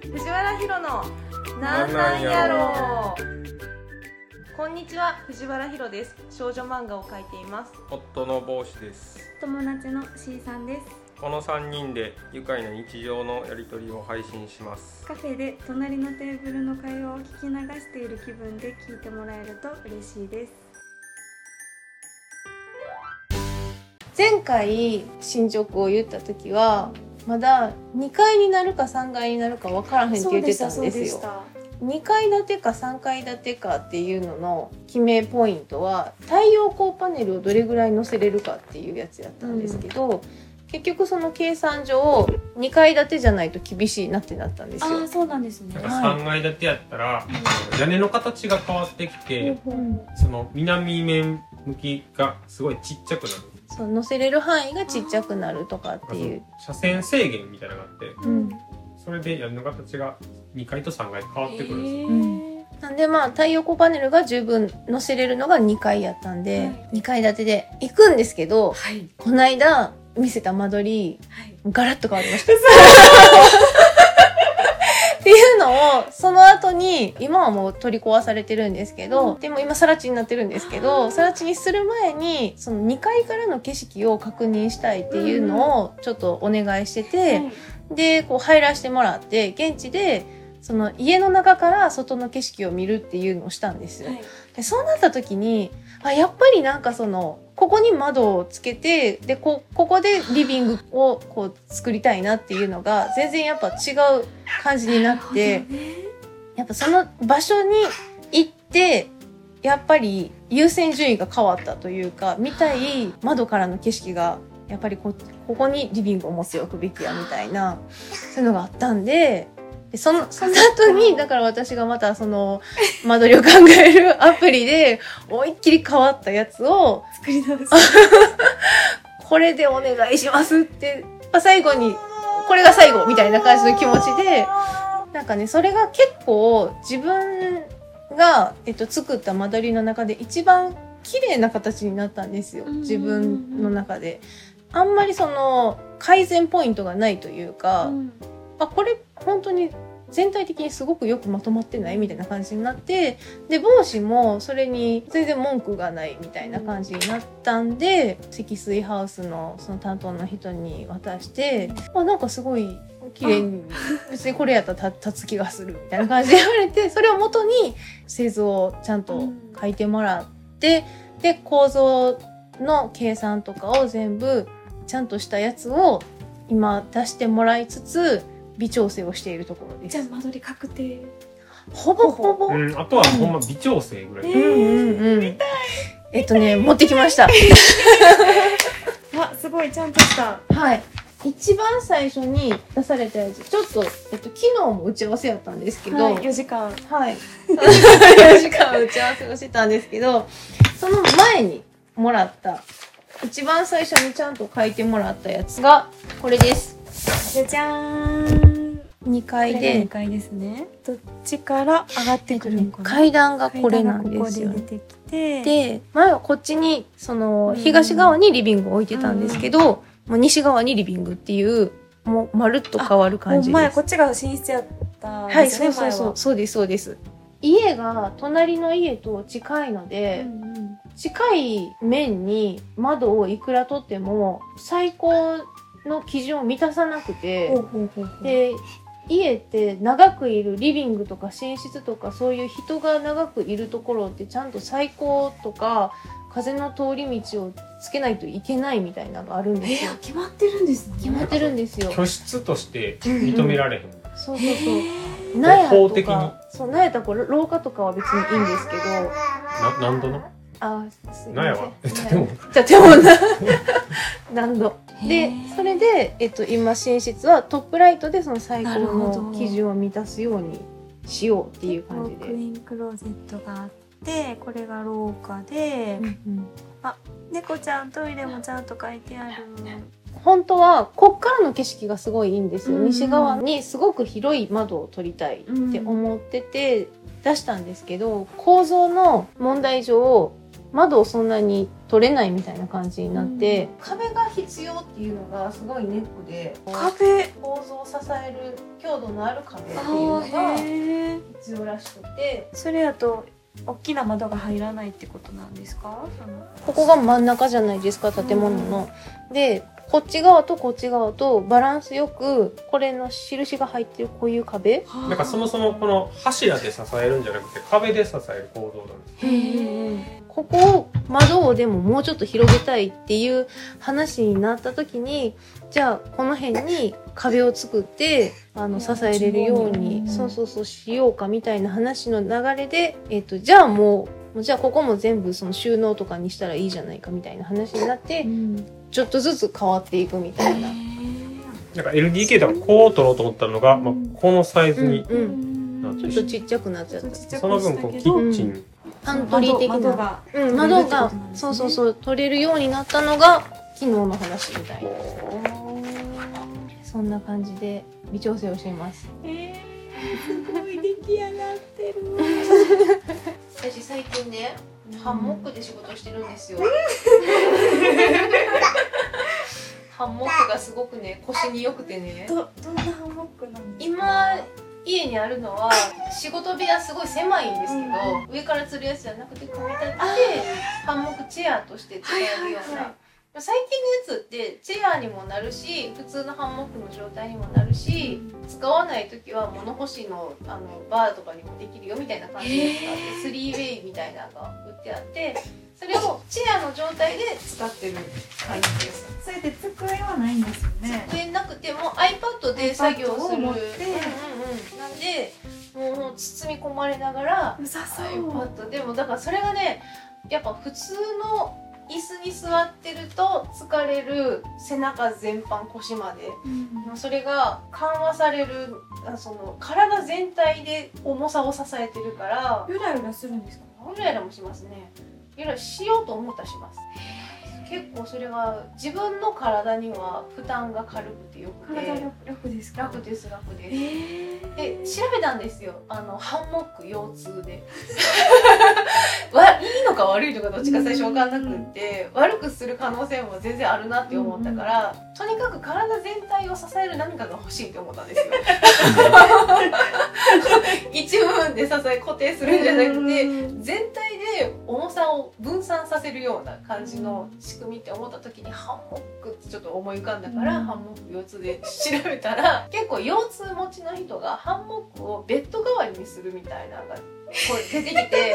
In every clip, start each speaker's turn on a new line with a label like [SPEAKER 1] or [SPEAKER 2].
[SPEAKER 1] ひろのなんなんやろこんにちは藤原ひろです少女漫画を描いています
[SPEAKER 2] 夫の帽子です
[SPEAKER 3] 友達の C さんです
[SPEAKER 2] この3人で愉快な日常のやり取りを配信します
[SPEAKER 3] カフェで隣のテーブルの会話を聞き流している気分で聞いてもらえると嬉しいです
[SPEAKER 4] 前回進捗を言った時はまだ2階になるか3階になるか分からへんって言ってたんですよ2階建てか3階建てかっていうのの決めポイントは太陽光パネルをどれぐらい載せれるかっていうやつやったんですけど、結局その計算上2階建てじゃないと厳しいなってなったんです
[SPEAKER 3] あ
[SPEAKER 4] よ
[SPEAKER 3] ー。そうなんですね
[SPEAKER 2] なんか3階建てやったら、屋根の形が変わってきて、
[SPEAKER 3] うん
[SPEAKER 2] その南面向きがすごいちっちゃくなる
[SPEAKER 4] そう載せれる範囲がちっちゃくなるとかっ
[SPEAKER 2] なん
[SPEAKER 4] て
[SPEAKER 2] かそ
[SPEAKER 4] いう
[SPEAKER 2] の車線制限みたいなのがあって
[SPEAKER 4] うん
[SPEAKER 2] それで屋根の形が2階と3階変わってくるんですよ、
[SPEAKER 4] うんなんでまあ太陽光パネルが十分載せれるのが2階やったんで、
[SPEAKER 3] はい
[SPEAKER 4] 2階建てで行くんですけど
[SPEAKER 1] はい
[SPEAKER 4] この間見せた間取り
[SPEAKER 1] はい
[SPEAKER 4] ガラッと変わりました。 っていうのをその後に今はもう取り壊されてるんですけど、でも今更地になってるんですけど更地にする前にその2階からの景色を確認したいっていうのをちょっとお願いしてて。でこう入らせてもらって現地でその家の中から外の景色を見るっていうのをしたんですよ。
[SPEAKER 3] はい
[SPEAKER 4] でそうなった時にあやっぱりなんかそのここに窓をつけてでこここでリビングをこう作りたいなっていうのが全然やっぱ違う感じにな ってやっぱその場所に行ってやっぱり優先順位が変わったというか見たい窓からの景色がやっぱりこここにリビングを持っておくべきやみたいなそういうのがあったんででそのその後にだから私がまたその間取りを考えるアプリで思いっきり変わったやつを
[SPEAKER 3] 作り 直し
[SPEAKER 4] これでお願いしますって、まあ、最後にこれが最後みたいな感じの気持ちでなんかねそれが結構自分が、えっと、作った間取りの中で一番綺麗な形になったんですよ
[SPEAKER 3] うん
[SPEAKER 4] 自分の中で。あんまりその改善ポイントがないというか、
[SPEAKER 3] うん
[SPEAKER 4] あこれ本当に全体的にすごくよくまとまってないみたいな感じになってで帽子もそれに全然文句がないみたいな感じになったんで積水ハウスのその担当の人に渡してあなんかすごい綺麗に別にこれやったら立立つ気がするみたいな感じで言われてそれを元に製図をちゃんと書いてもらってで構造の計算とかを全部ちゃんとしたやつを今出してもらいつつ微調整をしているところで
[SPEAKER 3] じゃあ
[SPEAKER 4] す。
[SPEAKER 3] 間取り確定
[SPEAKER 4] ほぼほぼ。うん
[SPEAKER 2] うん、あとはほんま微調整ぐらい、
[SPEAKER 3] え
[SPEAKER 4] うんうん。えっとね、持ってきました。
[SPEAKER 3] わすごいちゃんとした
[SPEAKER 4] はい。一番最初に出されたやつ、ちょっと、えっと、昨日も打ち合わせやったんですけど、
[SPEAKER 3] はい、4時間
[SPEAKER 4] はい。4時間打ち合わせをしてたんですけ ど、その前にもらった、一番最初にちゃんと書いてもらったやつが、これです。
[SPEAKER 3] じゃじゃーん
[SPEAKER 4] 2階
[SPEAKER 3] 2
[SPEAKER 4] で、
[SPEAKER 3] 階ですねどっちから上がってくるのかな
[SPEAKER 4] 階段がこれなん
[SPEAKER 3] 階
[SPEAKER 4] ですよ
[SPEAKER 3] 段がここで出
[SPEAKER 4] ね。
[SPEAKER 3] てきて
[SPEAKER 4] で、前はこっちに、その
[SPEAKER 3] う、ん
[SPEAKER 4] 東側にリビングを置いてたんですけど、もう西側にリビングっていう、もうまるっと変わる感
[SPEAKER 3] もう
[SPEAKER 4] じです。
[SPEAKER 3] 前こっちが寝室やったん
[SPEAKER 4] はい、
[SPEAKER 3] です
[SPEAKER 4] そう
[SPEAKER 3] よね、
[SPEAKER 4] そう
[SPEAKER 3] 前
[SPEAKER 4] そう
[SPEAKER 3] は、
[SPEAKER 4] そうです、そうです。家が隣の家と近いので、
[SPEAKER 3] うんうん
[SPEAKER 4] 近い面に窓をいくら取っても最高の基準を満たさなくて
[SPEAKER 3] ほう、ほうほうほう
[SPEAKER 4] で家って長くいるリビングとか寝室とかそういう人が長くいるところってちゃんと最高とか風の通り道をつけないといけないみたいなのがあるんです
[SPEAKER 3] え
[SPEAKER 4] よ
[SPEAKER 3] ー、。決まってるんですね
[SPEAKER 4] 決まってるんですよ。
[SPEAKER 2] 居室として認められへん、
[SPEAKER 4] そうそうそう。
[SPEAKER 3] え
[SPEAKER 4] 納屋
[SPEAKER 2] 法
[SPEAKER 4] と
[SPEAKER 2] 的に
[SPEAKER 4] か、そう納屋とか廊下とかは別にいいんですけど、
[SPEAKER 2] な何度の
[SPEAKER 4] あ、すいません
[SPEAKER 2] 納屋はえ建物
[SPEAKER 4] 建物何度
[SPEAKER 3] ー
[SPEAKER 4] でそれで、えっと、今寝室はトップライトでその最高
[SPEAKER 3] なるほ
[SPEAKER 4] の
[SPEAKER 3] ど
[SPEAKER 4] 基準を満たすようにしようっていう感じ
[SPEAKER 3] ウォー
[SPEAKER 4] で
[SPEAKER 3] クインクローゼットがあってこれが廊下で、
[SPEAKER 4] うんうん
[SPEAKER 3] 猫ちゃんトイレもちゃんと書いてある
[SPEAKER 4] 本当はこっからの景色がすごいいいんですよ、
[SPEAKER 3] うんうん
[SPEAKER 4] 西側にすごく広い窓を取りたいって思ってて出したんですけど構造の問題上窓をそんなに取れないみたいな感じになって、壁が必要っていうのがすごいネックで
[SPEAKER 3] 壁
[SPEAKER 4] 構造を支える強度のある壁っていうの
[SPEAKER 3] あ
[SPEAKER 4] が
[SPEAKER 3] へえ
[SPEAKER 4] 必要らしくて
[SPEAKER 3] それやと大きな窓が入らないってことなんですかその
[SPEAKER 4] ここが真ん中じゃないですか建物の。でこっち側とこっち側とバランスよくこれの印が入ってるこういう壁
[SPEAKER 2] なんかそもそもこの柱で支えるんじゃなくて壁で支える構造なんです
[SPEAKER 3] へえ
[SPEAKER 4] ここを窓をでももうちょっと広げたいっていう話になった時にじゃあこの辺に壁を作ってあの支えれるようにそうそうそうしようかみたいな話の流れで、えっとじゃあもうもうじゃあここも全部その収納とかにしたらいいじゃないかみたいな話になってちょっとずつ変わっていくみたいな。
[SPEAKER 2] なんか LDK だからこう取ろうと思ったのが、まあ、このサイズに、
[SPEAKER 4] うん
[SPEAKER 2] なん
[SPEAKER 4] ちょっとちっちゃくなっちゃった。
[SPEAKER 2] その分こうキッチン、
[SPEAKER 4] パントリー的
[SPEAKER 3] 窓
[SPEAKER 4] な。
[SPEAKER 3] が
[SPEAKER 4] うん、窓が、
[SPEAKER 3] 取れるってことなんですね
[SPEAKER 4] そうそうそう、取れるようになったのが、昨日の話みたいな。そんな感じで、微調整をしています。
[SPEAKER 3] えすごい出来上がってる
[SPEAKER 4] 私最近ね、ハンモックで仕事してるんですよ。 ハンモックがすごくね、腰に良くてね。
[SPEAKER 3] どどんなハンモックなんですか
[SPEAKER 4] 今家にあるのは仕事部屋すごい狭いんですけど、上から吊るやつじゃなくて組み立ててハンモックチェアとして使えるような、
[SPEAKER 3] はいはいは
[SPEAKER 4] 最近のやつってチェアにもなるし普通のハンモックの状態にもなるし、使わない時は物干しのあのバーとかにもできるよみたいな感じで使ってスリーウェイみたいなのが売ってあってそれをチェアの状態で使ってる感じです。
[SPEAKER 3] それで机はないんですよね
[SPEAKER 4] 机なくても iPad で作業す
[SPEAKER 3] iPad
[SPEAKER 4] る
[SPEAKER 3] を持って
[SPEAKER 4] なんでもう包み込まれながら
[SPEAKER 3] うさそう
[SPEAKER 4] iPad でもだからそれがねやっぱ普通の椅子に座ってると疲れる背中全般腰まで
[SPEAKER 3] うん
[SPEAKER 4] それが緩和されるあその体全体で重さを支えてるから
[SPEAKER 3] ゆらゆらするんですか
[SPEAKER 4] ゆらゆらもしますねゆらゆらしようと思ったらします結構それは自分の体には負担が軽くてよく
[SPEAKER 3] 体
[SPEAKER 4] て
[SPEAKER 3] 力楽ですか
[SPEAKER 4] 楽です楽です
[SPEAKER 3] え
[SPEAKER 4] で
[SPEAKER 3] ー
[SPEAKER 4] 調べたんですよあのハンモック腰痛で わいいのか悪いのかどっちか最初分かんなくって悪くする可能性も全然あるなって思ったからとにかく体全体を支える何かが欲しいって思ったん ですよ一部分で支え固定するんじゃなくて
[SPEAKER 3] うん
[SPEAKER 4] 全体で重さを分散させるような感じの仕組みって思った時にハンモックってちょっと思い浮かんだから、
[SPEAKER 3] うん
[SPEAKER 4] ハンモック腰痛で調べた ら結構腰痛持ちの人がハンモックをベッド代わりにするみたいなのがこう出てき て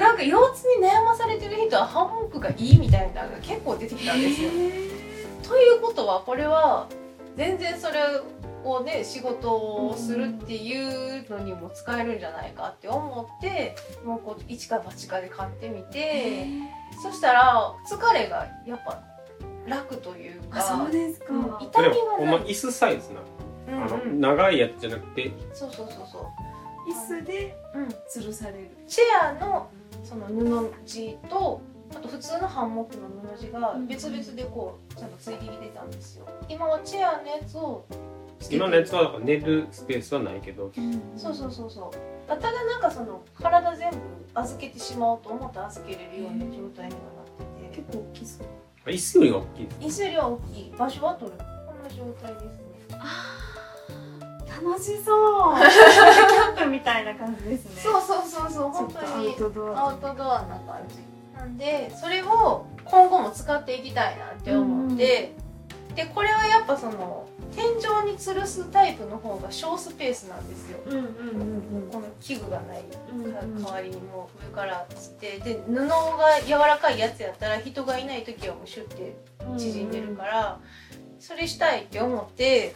[SPEAKER 4] なんか腰痛に悩まされてる人はハンモックがいいみたいなのが結構出てきたんですよ。ということはこれは全然それをね仕事をするっていうのにも使えるんじゃないかって思ってもうこう一か八かで買ってみてそしたら疲れがやっぱ楽という
[SPEAKER 3] あそ
[SPEAKER 4] か
[SPEAKER 3] うですか、
[SPEAKER 4] うん
[SPEAKER 2] そ
[SPEAKER 4] 痛み
[SPEAKER 2] れ
[SPEAKER 4] が
[SPEAKER 2] もほん
[SPEAKER 4] な
[SPEAKER 2] ま
[SPEAKER 4] い、
[SPEAKER 2] 椅子サイズな、
[SPEAKER 4] うん
[SPEAKER 2] あの
[SPEAKER 4] うん、
[SPEAKER 2] 長いやつじゃなくて
[SPEAKER 4] そうそうそうそ
[SPEAKER 3] 椅子で
[SPEAKER 4] う、うん、
[SPEAKER 3] 吊るされる
[SPEAKER 4] チェアのその布地とあと普通のハンモックの布地が別々でこうちゃんとついてきてたんですよ今はチェアのやつをつけて
[SPEAKER 2] 今のやつはだから寝るスペースはないけど
[SPEAKER 4] そうそうそうそうただなんかその体全部預けてしまおうと思ったら預けれるような状態にはなってて
[SPEAKER 3] 結構大きそう
[SPEAKER 2] 椅子より大きいです
[SPEAKER 4] 椅子量大きい場所は取るこんな状態ですね
[SPEAKER 3] 楽し そうキャンプみたいな感じですね
[SPEAKER 4] そうそうそうそう本
[SPEAKER 3] ちょっと
[SPEAKER 4] 当
[SPEAKER 3] アウ
[SPEAKER 4] に
[SPEAKER 3] トド
[SPEAKER 4] ア
[SPEAKER 3] ア
[SPEAKER 4] ウトドアな感じなんでそれを今後も使っていきたいなって思って、でこれはやっぱその天井に吊るすタイプの方が小スペースなんですよ
[SPEAKER 3] うんうんうん
[SPEAKER 4] この器具がないか
[SPEAKER 3] うんうん
[SPEAKER 4] 代わりにもう上からつってで布が柔らかいやつやったら人がいない時はもうシュッて
[SPEAKER 3] うん
[SPEAKER 4] 縮んでるから、それしたいって思って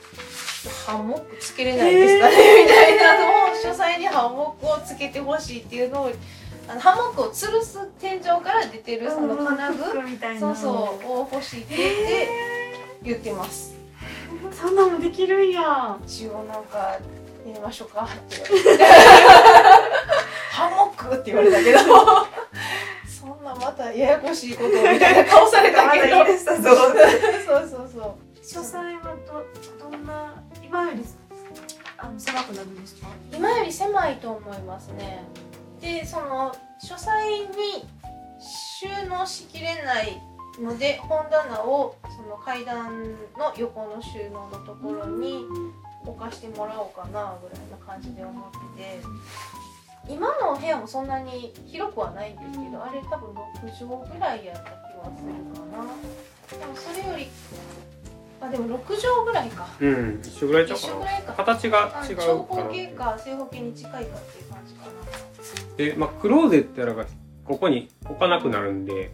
[SPEAKER 4] ハンモックつけれないですかね、みたいなのを書斎にハンモックをつけてほしいっていうのをあのハンモックを吊るす天井から出てるその金具、
[SPEAKER 3] フックみたいな
[SPEAKER 4] そうそうを欲しいって言って言ってます
[SPEAKER 3] そんなんもできるんや
[SPEAKER 4] 一応なんか寝ましょう かって言われてハンモックって言われたけどそんなまたややこしいことみたいな顔されたけど
[SPEAKER 3] まだ言い出したぞ
[SPEAKER 4] そうそうそう
[SPEAKER 3] 書斎はどどんな今よりあの狭くなるんですか
[SPEAKER 4] 今より狭いと思いますねでその書斎に収納しきれないので本棚をその階段の横の収納のところに置かしてもらおうかなぐらいな感じで思ってて。今のお部屋もそんなに広くはないんですけどあれ多分6畳ぐらいやった気はするかなでもそれよりあでも6畳ぐらいか
[SPEAKER 2] うん、一緒ぐらいち
[SPEAKER 4] 一
[SPEAKER 2] ゃうか
[SPEAKER 4] 緒ぐ
[SPEAKER 2] な。
[SPEAKER 4] らいか
[SPEAKER 2] 形が
[SPEAKER 4] あ
[SPEAKER 2] 違う
[SPEAKER 4] 長
[SPEAKER 2] か
[SPEAKER 4] 方形
[SPEAKER 2] ら。
[SPEAKER 4] か正方形に近いかっていう感じかな
[SPEAKER 2] で、まあクローゼットやらがここに置かなくなるんで、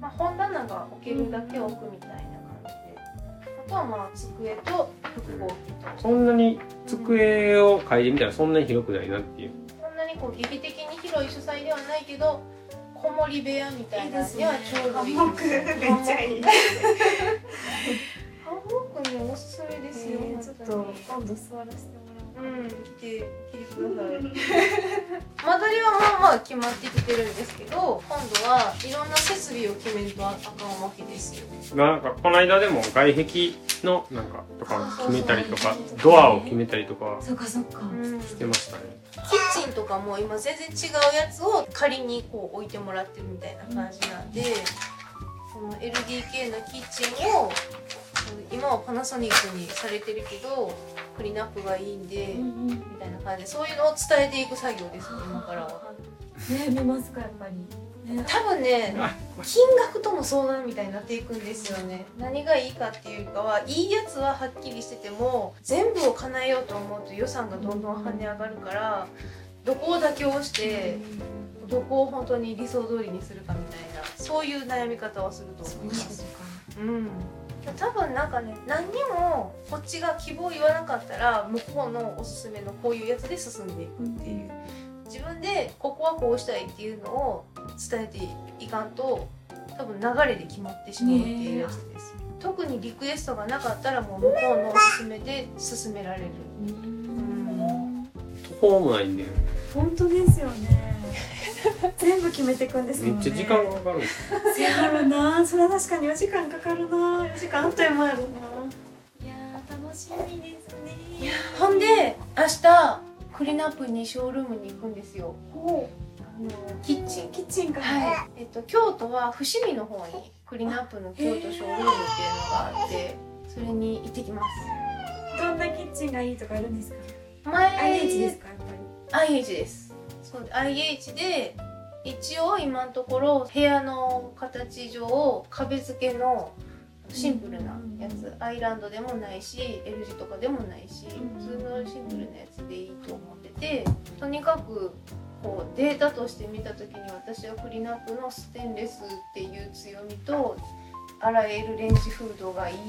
[SPEAKER 4] まあ、本棚が置けるだけ置くみたいな感じで、あとはまあ机と複合機と、
[SPEAKER 2] そんなに机を嗅いでみたらそんなに広くないなっていう。
[SPEAKER 4] そんなにこう劇的に広い書斎ではないけどこもり部屋みたいなのにはちょうどいい
[SPEAKER 3] ハンモックめっちゃいい。
[SPEAKER 4] ハンモックねおすすめで
[SPEAKER 3] え
[SPEAKER 4] すよ、
[SPEAKER 3] ーちょっと今度座らせても
[SPEAKER 4] う
[SPEAKER 3] らおう。
[SPEAKER 4] ん来て来てください間取りはまあまあ決まってきてるんですけど今度はいろんな設備を決めるとあかんわけですよ
[SPEAKER 2] なんかこの間でも外壁のなんかとかを決めたりとか
[SPEAKER 3] そうそうそう
[SPEAKER 2] ドアを決めたりとか
[SPEAKER 3] そっかそっか。
[SPEAKER 4] うん
[SPEAKER 2] してましたね。
[SPEAKER 4] キッチンとかも今全然違うやつを仮にこう置いてもらってるみたいな感じなんで、その LDK のキッチンを今はパナソニックにされてるけどクリーンアップがいいんで、み
[SPEAKER 3] ね
[SPEAKER 4] たいな感じでそういうのを伝えていく作業ですね今からは。
[SPEAKER 3] 見ますかやっぱり。ね
[SPEAKER 4] 多分ね
[SPEAKER 2] あ
[SPEAKER 4] 金額とも相談みたいになっていくんですよね何がいいかっていうかはいいやつははっきりしてても全部を叶えようと思うと予算がどんどん跳ね上がるからどこを妥協してどこを本当に理想通りにするかみたいなそういう悩み方をすると思います。うん多分なんかね何にもこっちが希望を言わなかったら向こうのおすすめのこういうやつで進んでいくっていう自分でここはこうしたいっていうのを伝えていかんと多分流れで決まってしまうっていうやつです、特にリクエストがなかったらもう向こうのおすすめで進められる
[SPEAKER 3] うん
[SPEAKER 2] 途方もないんで
[SPEAKER 3] 本当ですよ ね。全部決めていくんです
[SPEAKER 2] め
[SPEAKER 3] もん
[SPEAKER 2] っ
[SPEAKER 3] ね。
[SPEAKER 2] ちゃ時間がかかるんですよ。
[SPEAKER 3] せやろなそれは確かに4時間かかるな4時間あっという間やろないやー楽しみですね
[SPEAKER 4] ほんで明日クリナップにショールームに行くんですよ
[SPEAKER 3] ほ
[SPEAKER 4] あのキッチン
[SPEAKER 3] うキッチンから、
[SPEAKER 4] はい、えっと、京都は伏見の方にクリナップの京都ショールームっていうのがあってそれに行ってきます
[SPEAKER 3] どんなキッチンがいいとかあるんですか、
[SPEAKER 4] 前
[SPEAKER 3] IH ですかやっぱり
[SPEAKER 4] IH ですそう IH で一応今のところ部屋の形上壁付けのシンプルなやつ、アイランドでもないし L 字とかでもないし、
[SPEAKER 3] うん
[SPEAKER 4] 普通のシンプルなやつでいいと思っててとにかくこうデータとして見た時に私はクリナップのステンレスっていう強みと洗えるレンジフードがいいって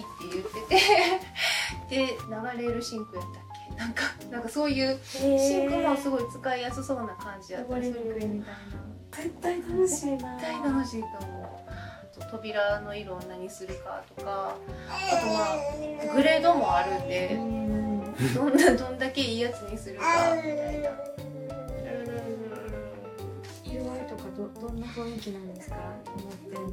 [SPEAKER 4] 言っててで流れるシンクやったっけなんかなんかそういうシンクもす
[SPEAKER 3] ごい
[SPEAKER 4] ごい使いやすそうな感じやった
[SPEAKER 3] 汚れに
[SPEAKER 4] そ
[SPEAKER 3] く
[SPEAKER 4] れ
[SPEAKER 3] い
[SPEAKER 4] も
[SPEAKER 3] みたいな絶対楽しいな
[SPEAKER 4] 絶対楽しいと思うあと扉の色を何するかとかあとまあグレードもあるんで
[SPEAKER 3] うん
[SPEAKER 4] どんなどんだけいいやつにするかみたいな
[SPEAKER 3] 色合いとかどどんな雰囲気なんですか思ってるの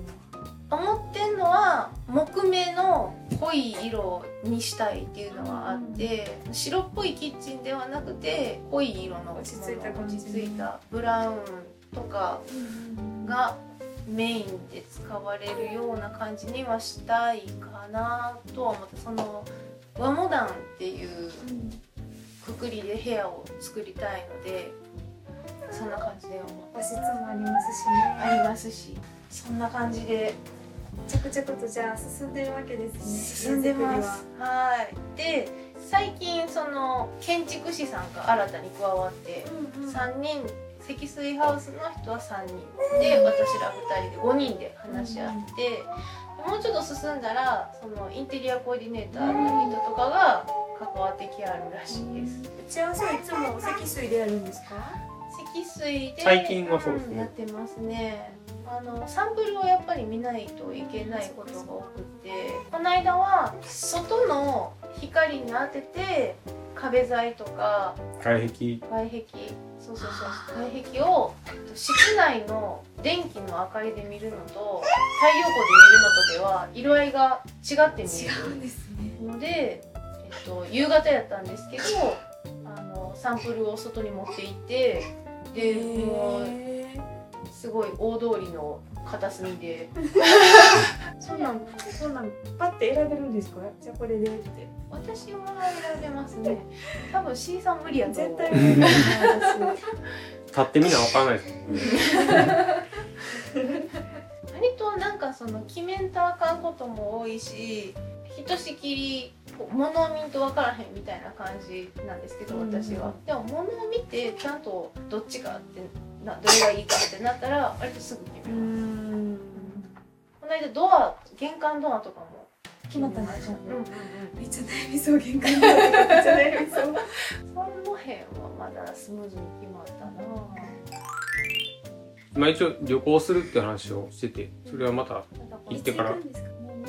[SPEAKER 4] 思ってんのは木目の濃い色にしたいっていうのはあって白っぽいキッチンではなくて濃い色の
[SPEAKER 3] 落ち着いた感じ
[SPEAKER 4] 落ち着いたブラウンとかがメインで使われるような感じにはしたいかなとは思ってその和モダンっていう
[SPEAKER 3] うん
[SPEAKER 4] くくりで部屋を作りたいのでそんな感じで思って
[SPEAKER 3] 和室もありますしね
[SPEAKER 4] ありますしそんな感じで
[SPEAKER 3] 着々とじゃあ進んでるわけですね
[SPEAKER 4] 進んでます。はいで最近その建築士さんが新たに加わって
[SPEAKER 3] 家作りは
[SPEAKER 4] 3人積水ハウスの人は3人で私ら2人で5人で話し合ってもうちょっと進んだらそのインテリアコーディネーターの人とかが関わってきあるらしいです
[SPEAKER 3] 打ち合わせはいつも積水でやるんですか
[SPEAKER 4] 積水で
[SPEAKER 2] 最近はそうですね
[SPEAKER 4] んやってますねあのサンプルをやっぱり見ないといけないことが多くてこの間は外の光に当てて壁材とか
[SPEAKER 2] 外壁
[SPEAKER 4] 外壁そうそうそう外壁をえっと室内の電気の明かりで見るのと太陽光で見るのとでは色合いが違って見
[SPEAKER 3] んですね
[SPEAKER 4] えるので、えっと、夕方やったんですけどあのサンプルを外に持っていってでもう
[SPEAKER 3] へー
[SPEAKER 4] すごい大通りの片隅 で
[SPEAKER 3] そうなんそうなんパッて選べるんですかじゃあこれでって
[SPEAKER 4] 私は選べますね多分 C さん無理やと思う
[SPEAKER 3] 絶対無理だと思います
[SPEAKER 2] 立ってみなわからないです。
[SPEAKER 4] 割となんかその決めんとあかんことも多いしひとしきりこう物を見んと分からへんみたいな感じなんですけど
[SPEAKER 3] うん
[SPEAKER 4] 私は、でも物を見てちゃんとどっちかってなどれがいいかってなったら割とすぐ決
[SPEAKER 3] う
[SPEAKER 4] め
[SPEAKER 3] ー
[SPEAKER 4] る、
[SPEAKER 3] ん
[SPEAKER 4] この間ドア玄関ドアとかも
[SPEAKER 3] 決まったね
[SPEAKER 4] ね、
[SPEAKER 3] めっちゃ悩みそう玄関の中めっちゃ悩みそう
[SPEAKER 4] うん、その辺はまだスムーズに決まったな
[SPEAKER 2] まあ一応旅行するって話をしてて、それはまた行ってから
[SPEAKER 3] いつ行くんですか
[SPEAKER 4] もう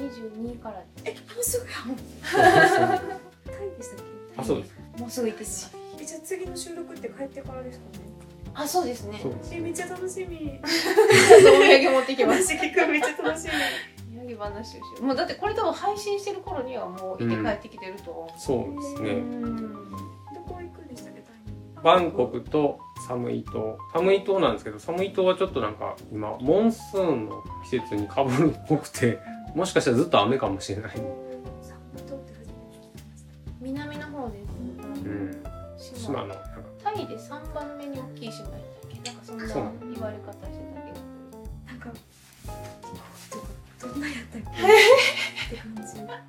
[SPEAKER 4] 22から
[SPEAKER 3] えもうすぐやもうタイでしたっけ
[SPEAKER 2] あそうです。
[SPEAKER 4] もうすぐ行ってしまう
[SPEAKER 3] えじゃあ次の収録って帰ってからですかね
[SPEAKER 4] あそうですね
[SPEAKER 2] そう
[SPEAKER 3] えめっちゃ楽し み
[SPEAKER 4] お土産持ってきます
[SPEAKER 3] 話聞くめっちゃ楽し
[SPEAKER 4] ヤギ話をしようもうだってこれ多分配信してる頃にはもう家帰ってきてると思
[SPEAKER 2] そうです
[SPEAKER 4] う、う
[SPEAKER 2] ね。
[SPEAKER 4] ん
[SPEAKER 3] みどこ行くんでしたっけタイ
[SPEAKER 2] バンコクとサムイ島。サムイ島なんですけど、サムイ島はちょっとなんか今モンスーンの季節に被るっぽくて、もしかしたらずっと雨かもしれない。
[SPEAKER 3] サムトって初めて聞きました
[SPEAKER 4] 南の方で
[SPEAKER 2] うん。
[SPEAKER 4] す、
[SPEAKER 2] 島
[SPEAKER 4] 島
[SPEAKER 2] のなんか
[SPEAKER 4] タイで3番目に大きい島やったっけなんかそんな
[SPEAKER 2] そう
[SPEAKER 4] 言われ方してたけど
[SPEAKER 3] なんかどどんなやったっけって感じ
[SPEAKER 2] なんか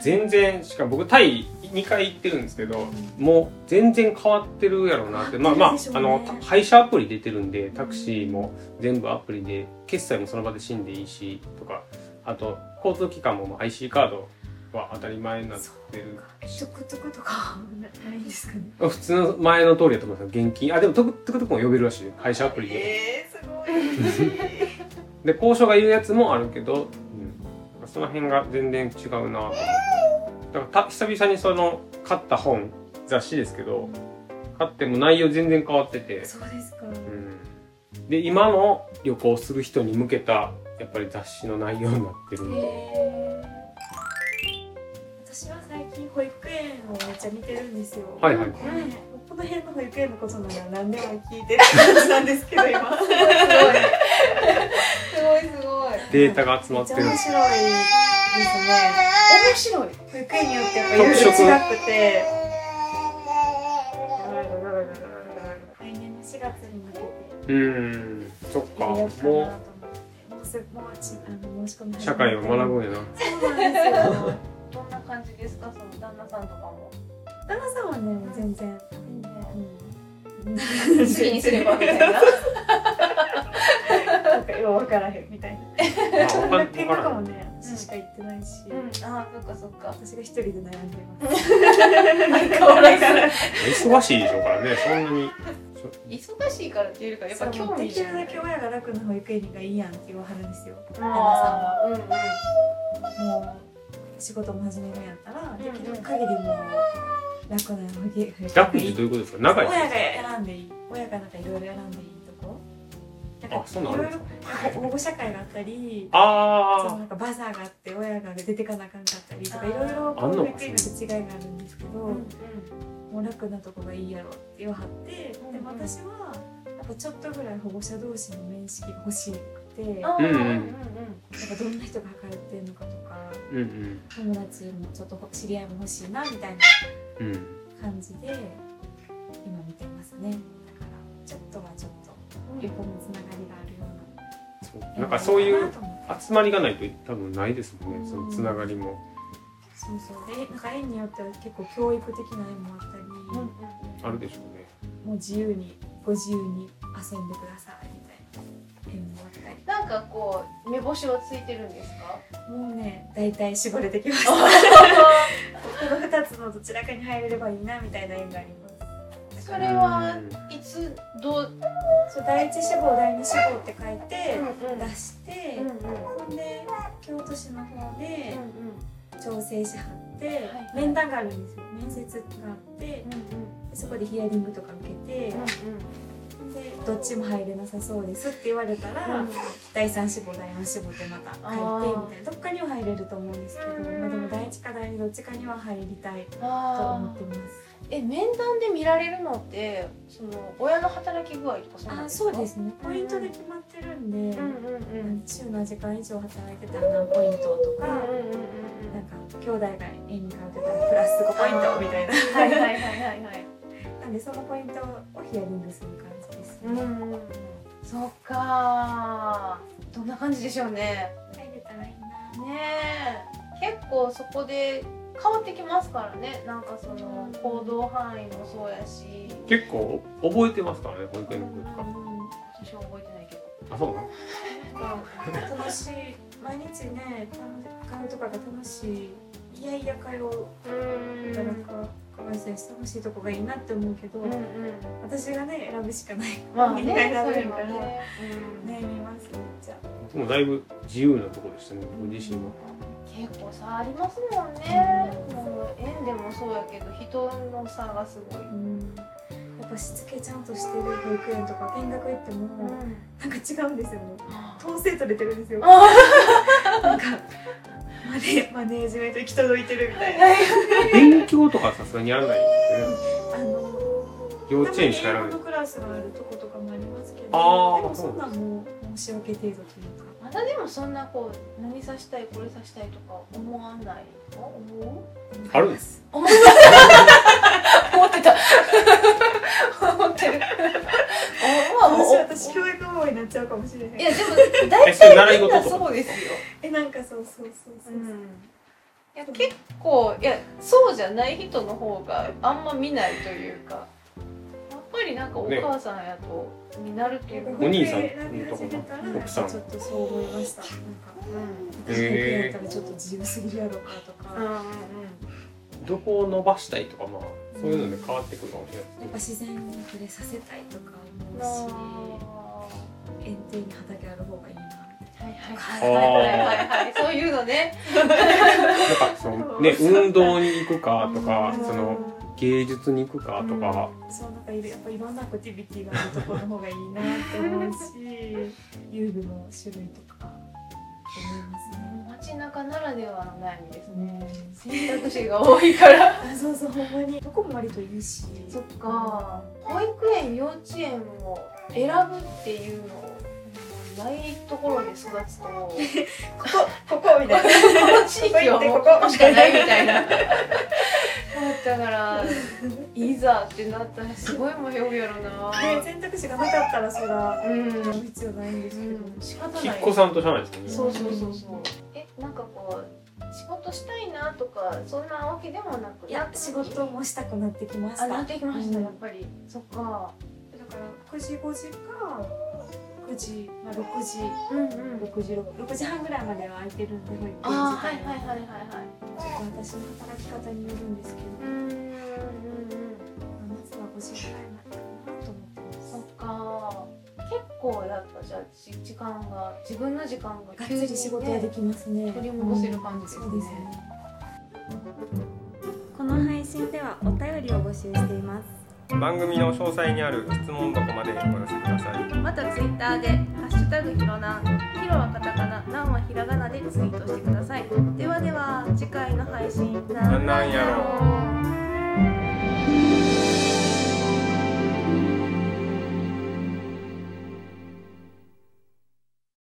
[SPEAKER 2] 全然しかも僕タイ2回行ってるんですけどもう全然変わってるやろうなってまあまあ、
[SPEAKER 3] 変わってるでしょうね
[SPEAKER 2] あのた配車アプリ出てるんでタクシーも全部アプリで決済もその場で死んでいいしとかあと交通機関ももう IC カードは当たり前になってる
[SPEAKER 3] トゥクトゥクとかなないんですかね
[SPEAKER 2] 普通の前の通りだと思いますけど現金あでもトゥクトゥクトゥクも呼べるらしい配車アプリで
[SPEAKER 3] えー、すごい
[SPEAKER 2] で交渉が言うやつもあるけど、うん、その辺が全然違うなと思ってだからた久々にその買った本雑誌ですけど買っても内容全然変わってて
[SPEAKER 3] そうですか
[SPEAKER 2] うんで今の旅行する人に向けたやっぱり雑誌の内容になってるんで、
[SPEAKER 3] 私は最近保育園をめっちゃ見てるんですよ
[SPEAKER 2] はいはい
[SPEAKER 3] うんこの辺の保育園のことなら何でも聞いてる感じなんですけど今
[SPEAKER 4] すごいすごい
[SPEAKER 2] データが集
[SPEAKER 3] め
[SPEAKER 2] まっ
[SPEAKER 3] っ
[SPEAKER 2] て
[SPEAKER 3] ちゃ
[SPEAKER 2] るんで
[SPEAKER 3] 面
[SPEAKER 2] す
[SPEAKER 3] 白いですね
[SPEAKER 4] 面白い
[SPEAKER 3] 保育園によってやっぱいろいろ違くて来年の4月に向けて
[SPEAKER 2] うんそっか
[SPEAKER 3] 入れよう
[SPEAKER 2] も
[SPEAKER 3] かなと思ってもうすぐもうちあの申し込
[SPEAKER 2] う
[SPEAKER 3] み始めて
[SPEAKER 2] 社会を学ぶんやな
[SPEAKER 3] そうなんですよ
[SPEAKER 4] どんな感じですかその旦那さんとかも
[SPEAKER 3] 旦那さんはね全然
[SPEAKER 4] 好きにすればみたいな
[SPEAKER 3] なんかよう分からへんみたいな
[SPEAKER 2] あわかん
[SPEAKER 3] 見
[SPEAKER 2] わ
[SPEAKER 3] 学
[SPEAKER 2] から
[SPEAKER 3] も
[SPEAKER 2] ん
[SPEAKER 3] ね私しか行ってないし、
[SPEAKER 4] うんあーそっかそっか
[SPEAKER 3] 私が一人で悩んでます
[SPEAKER 4] 相変わらず
[SPEAKER 2] 忙しいでしょうからねそんなに
[SPEAKER 4] 忙しいからっていうよりかやっぱ
[SPEAKER 3] そう
[SPEAKER 4] 興味
[SPEAKER 3] できるだけ親が楽な保育園がいいやんって言わはるんですよ旦那
[SPEAKER 4] ああうんうん
[SPEAKER 3] さんはもう仕事も始めるんやったら
[SPEAKER 4] ん
[SPEAKER 3] できる限りもう楽な保育園
[SPEAKER 2] 楽
[SPEAKER 3] が
[SPEAKER 2] って
[SPEAKER 3] いい
[SPEAKER 2] どういうことですか長い
[SPEAKER 3] 親が選んでいい親がなんかいろいろ選んでいいとこなんか
[SPEAKER 2] あそうなん
[SPEAKER 3] い
[SPEAKER 2] で
[SPEAKER 3] ろい
[SPEAKER 2] す
[SPEAKER 3] ろ
[SPEAKER 2] か
[SPEAKER 3] 保護者会があったりその
[SPEAKER 2] あ
[SPEAKER 3] なんかバザーがあって親が出てかなあかんかったりとかいろいろ
[SPEAKER 2] あんの
[SPEAKER 3] 保育園の違いがあるんですけど、
[SPEAKER 4] うんうん
[SPEAKER 3] もう楽なとこがいいやろって言わはって、でも私はやっぱちょっとぐらい保護者同士の面識が欲しくて、なんか
[SPEAKER 4] あー
[SPEAKER 2] うんうん
[SPEAKER 3] どんな人が働いてるのかとか
[SPEAKER 2] あうんうん
[SPEAKER 3] 友達もちょっと知り合いも欲しいなみたいな
[SPEAKER 2] うん
[SPEAKER 3] 感じで今見てますねだからちょっとはちょっと旅行のつながりがあるよう
[SPEAKER 2] そう
[SPEAKER 3] な
[SPEAKER 2] なんかそういう
[SPEAKER 3] と思って
[SPEAKER 2] 集まりがないと多分ないですもんねそのつながりも
[SPEAKER 3] そうそうでなんか園によっては結構教育的な縁もあった
[SPEAKER 4] うん
[SPEAKER 3] り、
[SPEAKER 4] うん
[SPEAKER 2] あるでしょうね
[SPEAKER 3] もう自由にご自由に遊んでくださいみたいな縁もあったり
[SPEAKER 4] なんかこう目星はついてるんですか？
[SPEAKER 3] もうね、大体絞れてきました。この二つのどちらかに入れればいいなみたいな縁があります。
[SPEAKER 4] それはうんいつどう？
[SPEAKER 3] そう第一志望、第二志望って書いて
[SPEAKER 4] うん
[SPEAKER 3] 出して、
[SPEAKER 4] うんうん
[SPEAKER 3] ほんで京都市の方で
[SPEAKER 4] う
[SPEAKER 3] 調整しはって、
[SPEAKER 4] はい
[SPEAKER 3] 面談があるんですよ。面接があって、で
[SPEAKER 4] んうん
[SPEAKER 3] そこでヒアリングとか受けて、でどっちも入れなさそうですって言われたら、第三志望第四志望ってまた書いてみたいなどっかには入れると思うんですけど、まあ、でも第一か第二どっちかには入りたいと思ってます
[SPEAKER 4] え面談で見られるのってその親の働き具合とかそんなん
[SPEAKER 3] あ
[SPEAKER 4] ですか
[SPEAKER 3] そうですねポイントで決まってるんで、
[SPEAKER 4] うんうんうんうん
[SPEAKER 3] 週何時間以上働いてたら何ポイントと
[SPEAKER 4] う
[SPEAKER 3] か、
[SPEAKER 4] んうんうん
[SPEAKER 3] なんか兄弟が絵に通ってたらプラス5ポイントみたいな
[SPEAKER 4] はいはいはいはいはい
[SPEAKER 3] なんでそのポイントをヒアリングする感じですね、入
[SPEAKER 4] うんそっかーどんな感じでしょうね
[SPEAKER 3] れたらいいな
[SPEAKER 4] ねえ結構そこで変わってきますからねなんかその行動範囲もそうやし
[SPEAKER 2] 結構覚えてますからね保育園の時とか
[SPEAKER 4] 私は覚えてないけど
[SPEAKER 2] あそうなの
[SPEAKER 3] うん楽しい毎日ね会話とかが楽しいいやいや会話を
[SPEAKER 4] うん
[SPEAKER 3] いただく可愛さにしてほしいとこがいいなって思うけど、
[SPEAKER 4] うんうん
[SPEAKER 3] 私がね選ぶしかない
[SPEAKER 4] まあね
[SPEAKER 3] みんな選
[SPEAKER 4] そ
[SPEAKER 3] べ
[SPEAKER 4] れ
[SPEAKER 3] るか
[SPEAKER 4] は
[SPEAKER 3] ら
[SPEAKER 4] ね
[SPEAKER 3] 悩みますねじゃあ
[SPEAKER 2] でもだいぶ自由なとこでしたね僕自身も
[SPEAKER 4] うん結構差ありますもんねもう縁でもそうやけど人の差がすごい、
[SPEAKER 3] うんやっぱしつけちゃんとしてる保育園とか見学行っても、なんか違うんですよね統制取れてるんですよなんかマネマネージメント行き届いてるみたいな
[SPEAKER 2] 勉強とかさすがにやらないですよね
[SPEAKER 3] あの
[SPEAKER 2] 幼稚園しかやら
[SPEAKER 3] たま
[SPEAKER 2] ない
[SPEAKER 3] に英語のクラスがあるとことかもありますけどで
[SPEAKER 2] あー
[SPEAKER 3] もそんなんもう申し訳程度というか
[SPEAKER 4] またでもそんなこう何さしたいこれさしたいとか思わないの思う
[SPEAKER 2] あるんです
[SPEAKER 4] 思ってた思ってた思ってるあまあ
[SPEAKER 3] 私
[SPEAKER 4] お
[SPEAKER 3] 私教育思いになっちゃうかもしれないい
[SPEAKER 4] やでも大体みんな
[SPEAKER 2] えそれ習い事とか
[SPEAKER 4] そうですよ、
[SPEAKER 3] えなんかそうそうそうそう、
[SPEAKER 4] いや結構いやそうじゃない人の方があんま見ないというかやっぱりなんかお母さんやとになるというか、
[SPEAKER 2] ねお兄さんのと
[SPEAKER 3] と
[SPEAKER 2] こ
[SPEAKER 3] こ
[SPEAKER 2] の奥さん
[SPEAKER 3] ちょっとそう思いましたなんか
[SPEAKER 4] うん
[SPEAKER 3] 保育園やったらちょっと自由すぎるやろうかとか、
[SPEAKER 4] うん
[SPEAKER 3] や
[SPEAKER 4] う
[SPEAKER 3] っ
[SPEAKER 4] ん
[SPEAKER 2] どこを伸ばしたいとかまあそういうので変わってくるかもしれないですね
[SPEAKER 3] ぱ自然に触れさせたいとか
[SPEAKER 4] うん
[SPEAKER 3] 思うし園庭に畑ある方がいいなみ
[SPEAKER 4] はいはいはいはいはいはいそういうのね
[SPEAKER 2] なんかそのね運動に行くかとか
[SPEAKER 3] たいな
[SPEAKER 2] その芸術に行くかとか
[SPEAKER 3] そうなんかいるやっぱいろんなアクティビティがあるところの方がいいなって思うし遊具の種類とか思います
[SPEAKER 4] 街
[SPEAKER 3] ね
[SPEAKER 4] 中ならではの悩みですね選択肢が多いから
[SPEAKER 3] あそうそうほんまにどこも割といいし
[SPEAKER 4] そっか保育園幼稚園を選ぶっていうのをないところで育つとこ
[SPEAKER 3] ここここみたいな
[SPEAKER 4] の地域はもうここしかないみたいなだからいざってなったらすごい迷うやろな
[SPEAKER 3] ね選択肢がなかったらそら
[SPEAKER 4] うん、
[SPEAKER 3] 選ぶ必要ないんですけ
[SPEAKER 4] う
[SPEAKER 3] ど、
[SPEAKER 4] ん、仕方
[SPEAKER 2] 引
[SPEAKER 4] な
[SPEAKER 2] っ
[SPEAKER 4] い
[SPEAKER 2] 越さんとしゃないですよ
[SPEAKER 4] そ
[SPEAKER 2] ね
[SPEAKER 4] うそうそうそうえなんかこう仕事したいなとかそんなわけでもなく
[SPEAKER 3] いや仕事もしたくなってきまし
[SPEAKER 4] あ
[SPEAKER 3] た
[SPEAKER 4] なってきました、
[SPEAKER 3] うん
[SPEAKER 4] やっぱりそっか
[SPEAKER 3] だから9時5時か9時、まあ、6時
[SPEAKER 4] うんう
[SPEAKER 3] 6時6時半ぐらいまでは空いてるんで保育園
[SPEAKER 4] ああはいはいはいはいはい
[SPEAKER 3] ちょっと私の働き方によるんですけど、
[SPEAKER 4] う
[SPEAKER 3] ま
[SPEAKER 4] んうんうん
[SPEAKER 3] あまずは5時ぐらいまでかなと思ってます
[SPEAKER 4] そっか結構やっぱじゃあじ時間が自分の時間が
[SPEAKER 3] がっつり仕事はできますね
[SPEAKER 4] 取り戻せる感じですね
[SPEAKER 3] そうですね
[SPEAKER 5] この配信ではお便りを募集しています
[SPEAKER 2] 番組の詳細にある質問箱までお寄せください
[SPEAKER 1] またツイッターで「ハッシュタグひろなん」「ひろはカタカナ」「なんはひらがな」でツイートしてくださいではでは次回の配信
[SPEAKER 2] なんなんやろう